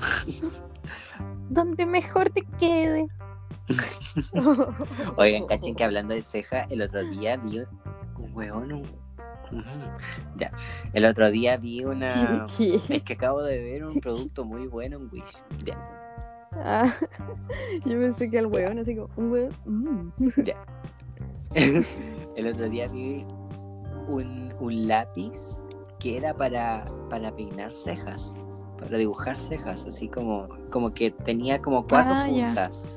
Donde mejor te quede.
Oigan, cachen que hablando de ceja, el otro día vi un hueón, un... un- Ya. El otro día vi una...
¿Qué?
Es que acabo de ver un producto muy bueno en Wish. Ya.
Ah, yo pensé que al weón, así como, un weón. mm.
El otro día vi un, un lápiz que era para, para peinar cejas, para dibujar cejas, así como, como que tenía como cuatro
Ah, ya.
puntas.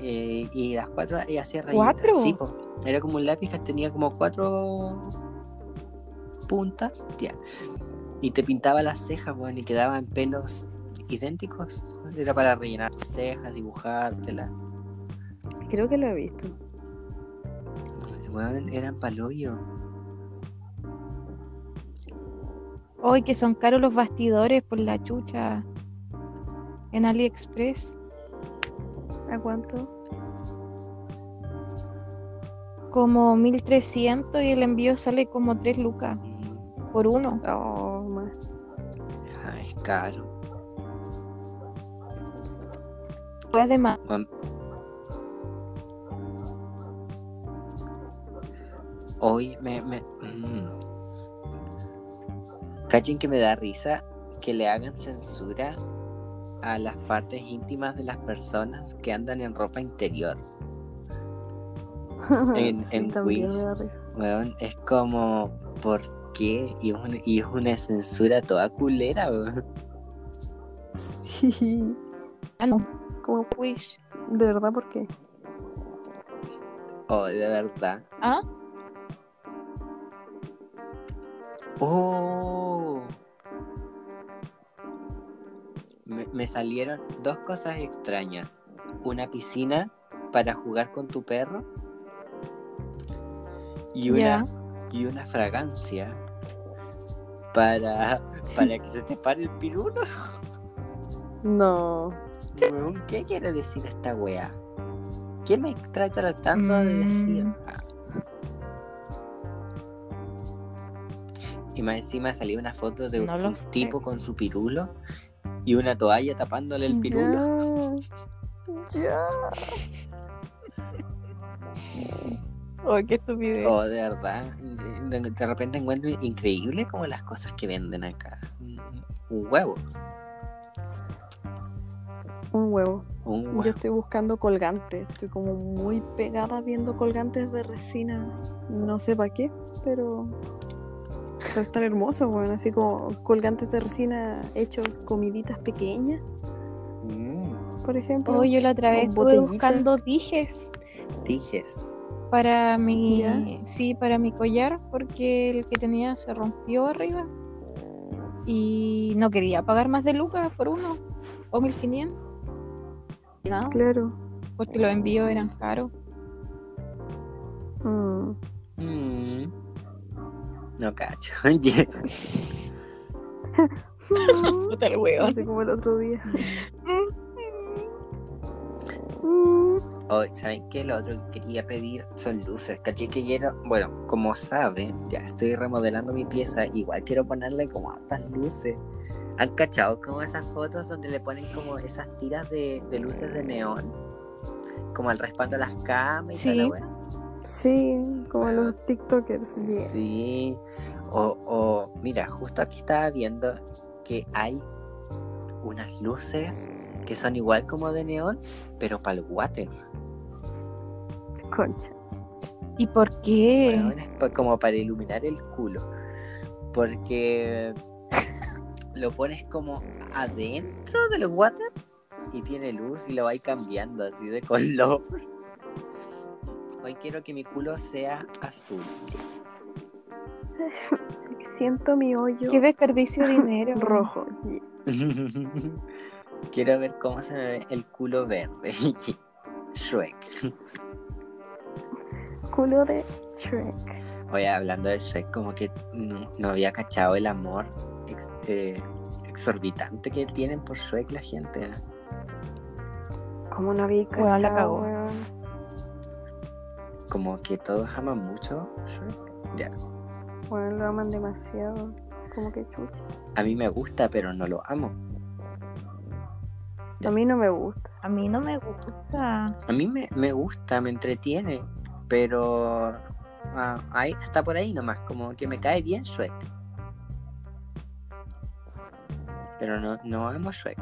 Eh, y las cuatro y hacía rayitas.
¿Cuatro?
Sí, po. era como un lápiz que tenía como cuatro puntas. ya. Y te pintaba las cejas, bueno, y quedaban pelos idénticos. Era para rellenar cejas, dibujártelas.
Creo que lo he visto.
Bueno, eran palollo.
Hoy que son caros los bastidores por la chucha en AliExpress.
¿A cuánto?
Como 1300 y el envío sale como 3 lucas por uno.
Oh, más.
Ah, es caro.
Fue de más.
Bueno. Hoy me... me... mm. Cachen que me da risa que le hagan censura a las partes íntimas de las personas que andan en ropa interior. En-
Sí,
en
también
Wish.
me da risa.
Weón, es como, ¿por qué? Y es, un- y es una censura toda culera, weón.
Sí.
Ah, no.
Como,
Wish.
¿De verdad por qué?
Oh, de verdad.
¿Ah?
Oh. Me, me salieron dos cosas extrañas. Una piscina para jugar con tu perro. Y una,
Ya.
y una fragancia para, para que se te pare el pirulo.
No.
Weón, ¿Qué quiere decir esta wea? ¿Qué me está tratando de decir? Ah.
Mm.
Y más encima salió una foto de
No lo
un
sé.
tipo con su pirulo y una toalla tapándole el pirulo.
Ya. Ya.
Oh, qué estupidez.
Oh, de verdad. De, de repente encuentro increíble como las cosas que venden acá. Un un huevo.
Un huevo.
Un
Yo
huevo.
estoy buscando colgantes. Estoy como muy pegada viendo colgantes de resina. No sé para qué, pero. Pero están hermosos, weón. Así como colgantes de resina hechos comiditas pequeñas,
Mm,
por ejemplo.
Oh, yo la otra vez estuve
Botellita.
buscando dijes
dijes.
para mi
¿Ya?
sí, para mi collar porque el que tenía se rompió arriba y no quería pagar más de lucas por uno o 1500. No,
Claro.
porque los envíos eran caros.
Mm.
Mm. No cacho. Oye,
Puta el huevo.
Así como el otro día. Mm.
hoy, ¿saben qué? Lo otro que quería pedir son luces. Caché que quiero, bueno, como saben, ya estoy remodelando mi pieza. Igual quiero ponerle como hartas luces. ¿Han cachado como esas fotos donde le ponen como esas tiras de, de luces de neón? Como al respaldo de las camas y toda la
Sí.
wea.
Sí, como los TikTokers.
Sí. O, o, mira, justo aquí estaba viendo que hay unas luces que son igual como de neón, pero para el water.
Concha.
¿Y por qué?
Weón, es pa- como para iluminar el culo. Porque lo pones como adentro del water y tiene luz y lo vais cambiando así de color. Hoy quiero que mi culo sea azul.
Siento mi hoyo
Qué desperdicio de dinero.
rojo.
Quiero ver cómo se me ve el culo verde. Shrek.
Culo de Shrek.
Oye, hablando de Shrek, como que no, no había cachado el amor ex- eh, exorbitante que tienen por Shrek la gente. ¿eh?
Como no había
Weón, la
cachado,
cagó.
weón.
Como que todos aman mucho Shrek. Ya.
Weón, lo aman demasiado. Como que chucha.
A mí me gusta, pero no lo amo.
A mí no me gusta.
A mí no me gusta.
A mí me, me gusta, me entretiene, pero ah, ahí está por ahí nomás, como que me cae bien Shrek. Pero no, no amo Shrek.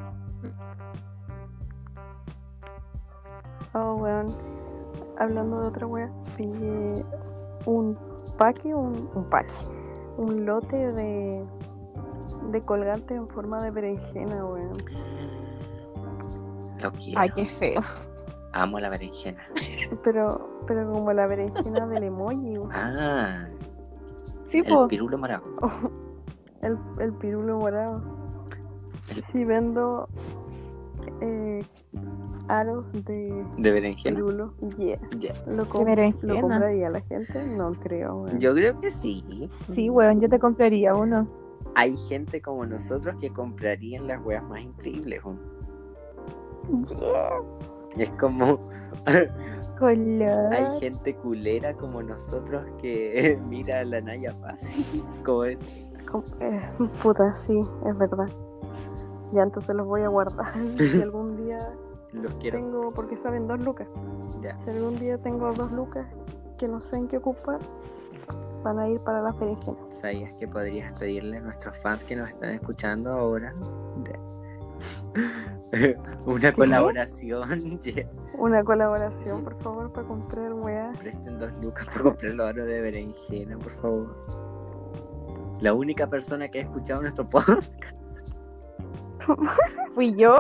Oh, weón. Hablando de otra wea, pillé un paque, un, un paque. Un lote de, de colgantes en forma de berenjena, weón.
Lo quiero.
Ay, qué feo.
Amo la berenjena.
Pero, pero como la berenjena del emoji.
Ah,
Sí,
el
po.
pirulo morado.
El, el pirulo morado. Sí, vendo eh, aros de
De berenjena.
pirulo. Yeah.
Ya.
¿Lo,
Qué
com-
berenjena.
¿Lo compraría la gente? No creo. weón.
Yo creo que sí.
Sí, weón, yo te compraría uno.
Hay gente como nosotros que comprarían las weas más increíbles. ¿no? Es como
Color.
Ah.
hay gente culera como nosotros que mira a la Naya fácil. Como es.
Com- eh, puta, sí, es verdad. Ya entonces los voy a guardar. Si algún día
Los quiero.
tengo, porque saben dos lucas.
Ya.
Si algún día tengo dos lucas que no sé en qué ocupar, van a ir para las berenjenas.
¿Sabías que podrías pedirle a nuestros fans que nos están escuchando ahora de- una colaboración? Yeah.
Una colaboración, por favor, para comprar weá.
Presten dos lucas por comprar los aros de berenjena, por favor. La única persona que ha escuchado nuestro podcast,
Fui yo.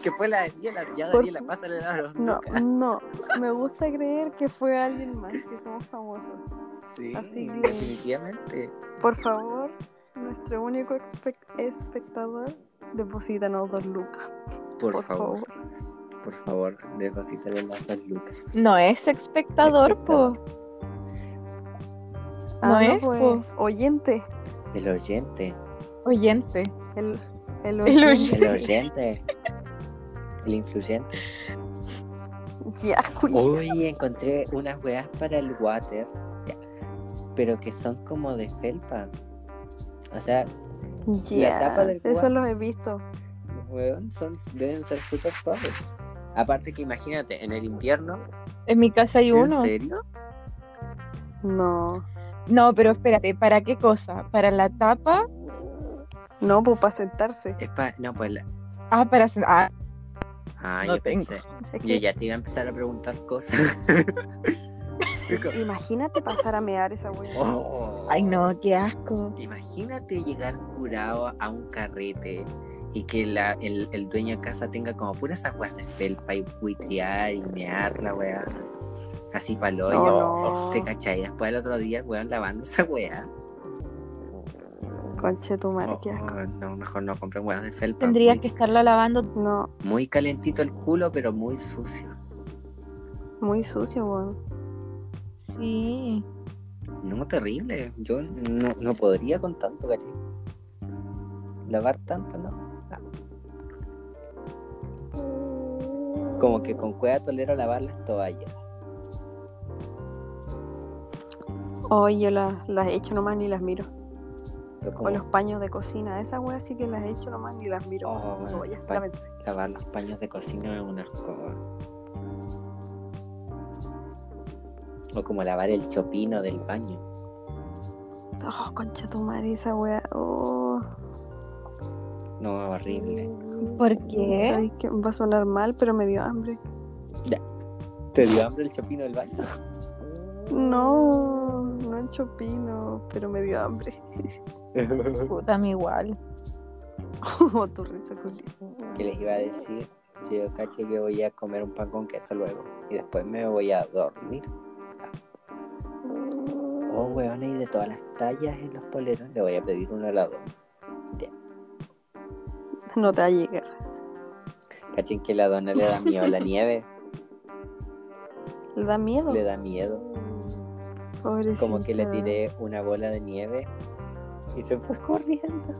que fue la Daniela. Ya,
Por-
Daniela, pásale los
No,
lucas.
no. Me gusta creer que fue alguien más, que somos famosos.
Sí,
así que-
definitivamente.
Por favor, nuestro único espe- espectador, deposítanos dos lucas.
Por,
Por
favor,
favor.
por favor, deposítale las dos lucas.
No es espectador, po. No es,
pues,
po.
oyente.
El oyente,
Oyente.
El, el
El
oyente.
el oyente, el influyente.
Ya, cuy.
Hoy encontré unas weas para el water, ya, pero que son como de felpa. O sea,
Ya,
tapa del
Eso
cubo.
los he visto.
weón, son, deben ser súper pobres. Aparte que imagínate, en el invierno,
En mi casa hay
¿en
uno.
serio?
No.
No, pero espérate, ¿para qué cosa? ¿Para la tapa?
No, pues para sentarse.
Es pa- No, pues... la-
Ah, para... sen- Ah,
Ah,
No
yo
tengo.
pensé.
Es
Yo
que,
ya te iba a empezar a preguntar cosas.
Imagínate pasar a mear esa weá.
Oh.
ay, no, qué asco.
Imagínate llegar curado a un carrete y que la, el, el dueño de casa tenga como puras aguas de felpa y buitrear y mear la weá. Así palo
No, no.
¿Te cachai? Después del otro día, weón, lavando esa weá.
Conche tu madre,
Oh,
qué asco.
oh, no, mejor no compren weas de felpa.
Tendrías
muy,
que estarla lavando.
Oh.
No,
muy calentito el culo, pero muy sucio.
muy sucio, weón.
Sí.
No, terrible. Yo no, no podría con tanto, ¿cachai? Lavar tanto, ¿no? Como que con cueva tolero lavar las toallas.
Hoy yo las, las echo nomás ni las miro.
Pero como
O los paños de cocina. Esas weas sí que las echo nomás ni las miro.
Oh,
weón.
bueno,
Oh, ya,
pa-
lávense.
lavar los paños de cocina es una escoba. O como lavar el chopino del baño.
Oh, concha tu madre, esa wea. Oh.
No, horrible.
¿Por qué?
Mm, ¿Sabes qué? Va a sonar mal, pero me dio hambre.
¿Te dio hambre el chopino del baño?
No, no el chopino, pero me dio hambre.
Puta, me igual.
Oh, tu risa, Juli.
¿Qué les iba a decir? Yo caché que voy a comer un pan con queso luego. Y después me voy a dormir. Oh, weón, hay de todas las tallas en los poleros. Le voy a pedir uno a la doma.
No te va a llegar.
Cachen que la dona le da miedo a la nieve.
Le da miedo.
Le da miedo.
Pobrecita.
Como que le tiré una bola de nieve y se fue corriendo.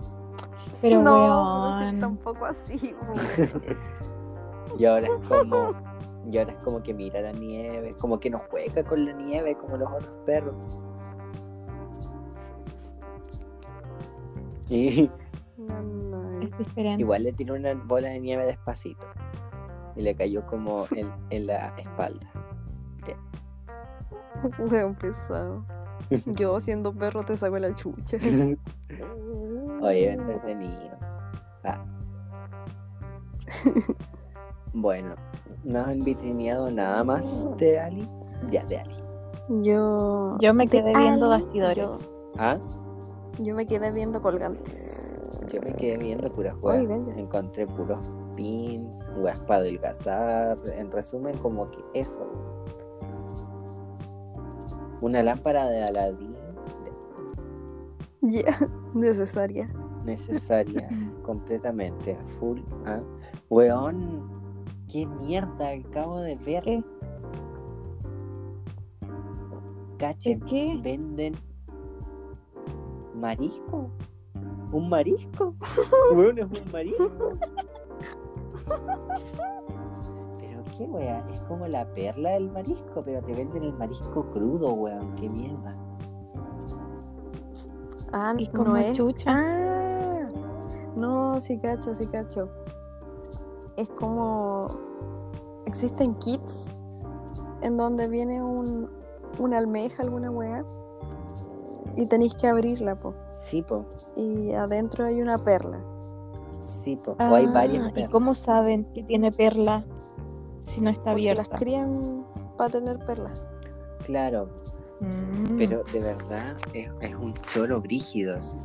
Pero,
no,
weón.
Tampoco así. weón.
Y ahora es como. Y ahora es como que mira la nieve, como que no juega con la nieve como los otros perros. Y
No, no, eh.
Es diferente.
igual le tiró una bola de nieve despacito. Y le cayó como en, en la espalda.
Weón pesado. Yo siendo perro te saco la chucha.
Oye, entretenido. Ah. bueno, no has vitrineado nada más de Ali. Ya, de Ali.
Yo.
Yo me quedé viendo
Ay,
bastidores.
Ah,
Yo me quedé viendo colgantes.
yo me quedé viendo puras
Ay,
weas.
Benja.
Encontré puros pins, weas para adelgazar. En resumen, como que eso. Una lámpara de Aladdin.
Ya. Necesaria.
necesaria completamente. Full. ah. Weón, qué mierda acabo de ver.
¿Qué?
Cachen,
qué?
venden marisco. ¿Un marisco? Weón, es un marisco. Pero qué wea, es como la perla del marisco, pero te venden el marisco crudo, weón, qué mierda.
Ah,
Y como
no es.
chucha.
Ah, no, sí cacho, sí cacho. Es como. Existen kits en donde viene un, una almeja, alguna weá, y tenéis que abrirla, po.
Sí, po,
Y adentro hay una perla.
sí, po. o hay
Ah,
varias
¿Y
perlas.
cómo saben que tiene perla si no está
porque Las
abierta?
crían para tener perlas.
Claro,
Mm.
Pero de verdad es, es un choro brígido. así.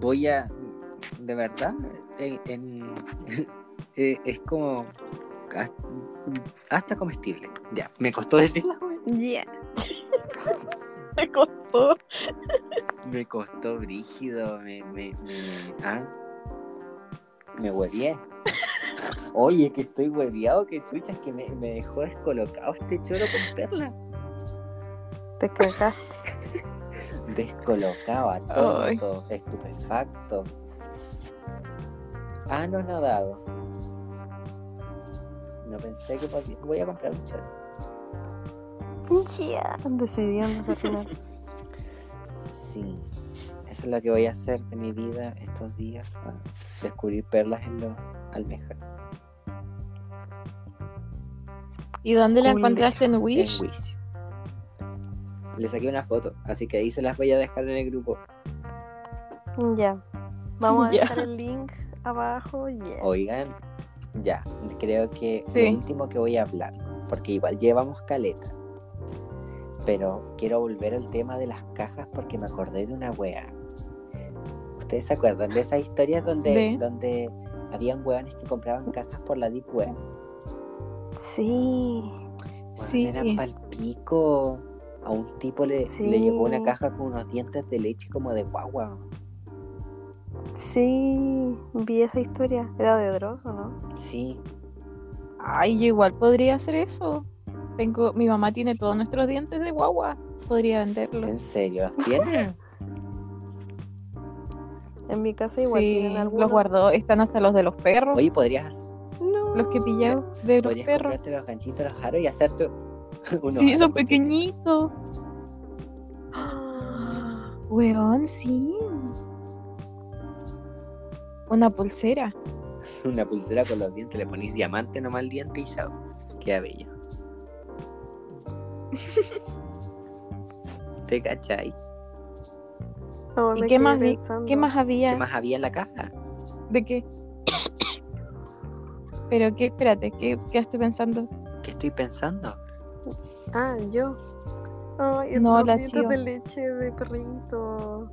Voy a. De verdad, en- en- eh, es como. ha- Hasta comestible. Ya, me costó decir.
Yeah.
te costó.
Me costó brígido. Me. me, me ah, me huevié. Oye, que estoy hueviado, que chuchas, que me, me dejó descolocado este choro con perla.
Te cagas.
descolocado,
Ay.
atónito, estupefacto. Ah, no nadado. No pensé que podía. Voy a comprar un chorro.
Yeah. Decidiendo al final.
Sí. Eso es lo que voy a hacer de mi vida estos días. ah, Descubrir perlas en los almejas.
¿Y dónde la
Cool.
encontraste en
En
Wish?
Wish. Le saqué una foto, así que ahí se las voy a dejar en el grupo.
Ya. Vamos a
Ya. Oh.
dejar el link abajo. Yeah.
Oigan, ya, creo que
Sí.
lo último que voy a hablar, porque igual llevamos caleta, pero quiero volver al tema de las cajas porque me acordé de una wea. ¿Ustedes se acuerdan de esas historias donde,
De-
donde habían weones que compraban cajas por la Deep Web?
Sí.
Weón,
Sí.
Eran pal pico. A un tipo le,
Sí.
le llegó una caja con unos dientes de leche como de guagua.
Sí, vi esa historia. Era de Dross, ¿o no?
Sí,
Ay, yo igual podría hacer eso. Tengo, mi mamá tiene todos nuestros dientes de guagua. Podría
en
venderlos.
serio, ¿los tienen?
En mi casa igual
Sí,
tienen algunos.
los guardó. Están hasta los de los perros.
Oye, podrías
No.
los que pillé de los
Podrías
perros.
comprarte los ganchitos, los aros y hacerte unos
Sí,
aros
son
con
pequeñitos. Weón, sí. Una pulsera.
dientes. Una pulsera con los dientes, le ponís diamante nomás al diente y ya. Queda bello. ¿Te cachai?
No, Oh,
¿Y
me
qué
quedé
más, vi-
pensando.
qué más había?
¿Qué más había en la caja?
¿De qué? Pero qué, espérate, ¿qué, qué estoy pensando?
¿Qué estoy pensando?
Ah, yo. Ay,
No,
los
la
dientes
tío.
de leche de perrito.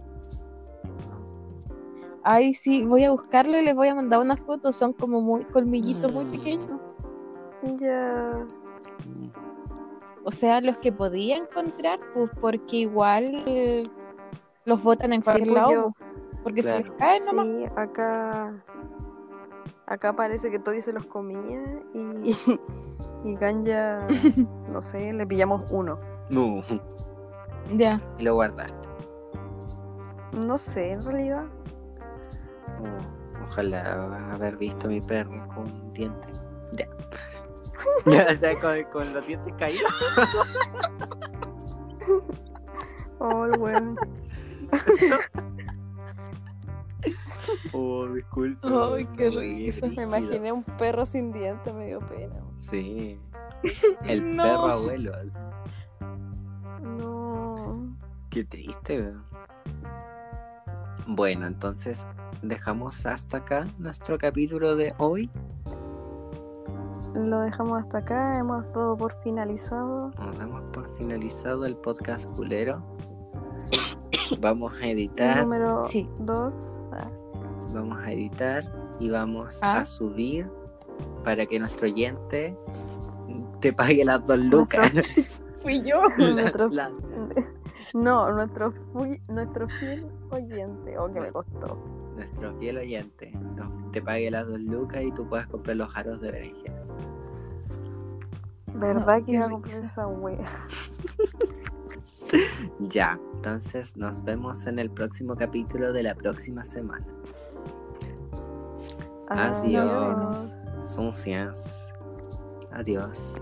Ay, sí, voy a buscarlo y les voy a mandar una foto. Son como muy colmillitos muy
Mm.
pequeños.
Ya.
O sea, los que podía encontrar, pues porque igual los botan en
Sí,
cualquier
pues
lado.
yo-
pues, Porque se les
Claro.
caen nomás.
Sí, acá. Acá parece que Toby se los comía y. Y Ganja, no sé, le pillamos uno.
No,
Ya.
y lo guardaste.
No sé, en realidad.
Oh, ojalá haber visto a mi perro con un diente. Ya. Ya, o sea, con, con los dientes caídos.
Oh, el weón.
Oh, disculpa.
Ay, qué
risa.
risa,
Me imaginé un perro sin dientes, me dio pena.
Sí. El
No.
perro abuelo.
No.
Qué triste, weón. Bueno, entonces dejamos hasta acá nuestro capítulo de hoy.
Lo dejamos hasta acá, hemos dado por finalizado.
Nos damos por finalizado el podcast culero. Vamos a editar,
Número ah,
Sí.
2.
vamos a editar y vamos
Ah.
a subir para que nuestro oyente te pague las dos lucas.
Fui yo.
La-
Nuestro-
la-
No, nuestro, fui- nuestro fiel oyente, o que me costó.
Ah, Nuestro fiel oyente nos- te pague las dos lucas y tú puedas comprar los jaros de berenjena.
¿Verdad que
qué
iba a comprar
risa.
esa wea?
Ya, entonces nos vemos en el próximo capítulo de la próxima semana. Adiós.
Ah,
Ah,
Adiós.
Son fias. Adiós.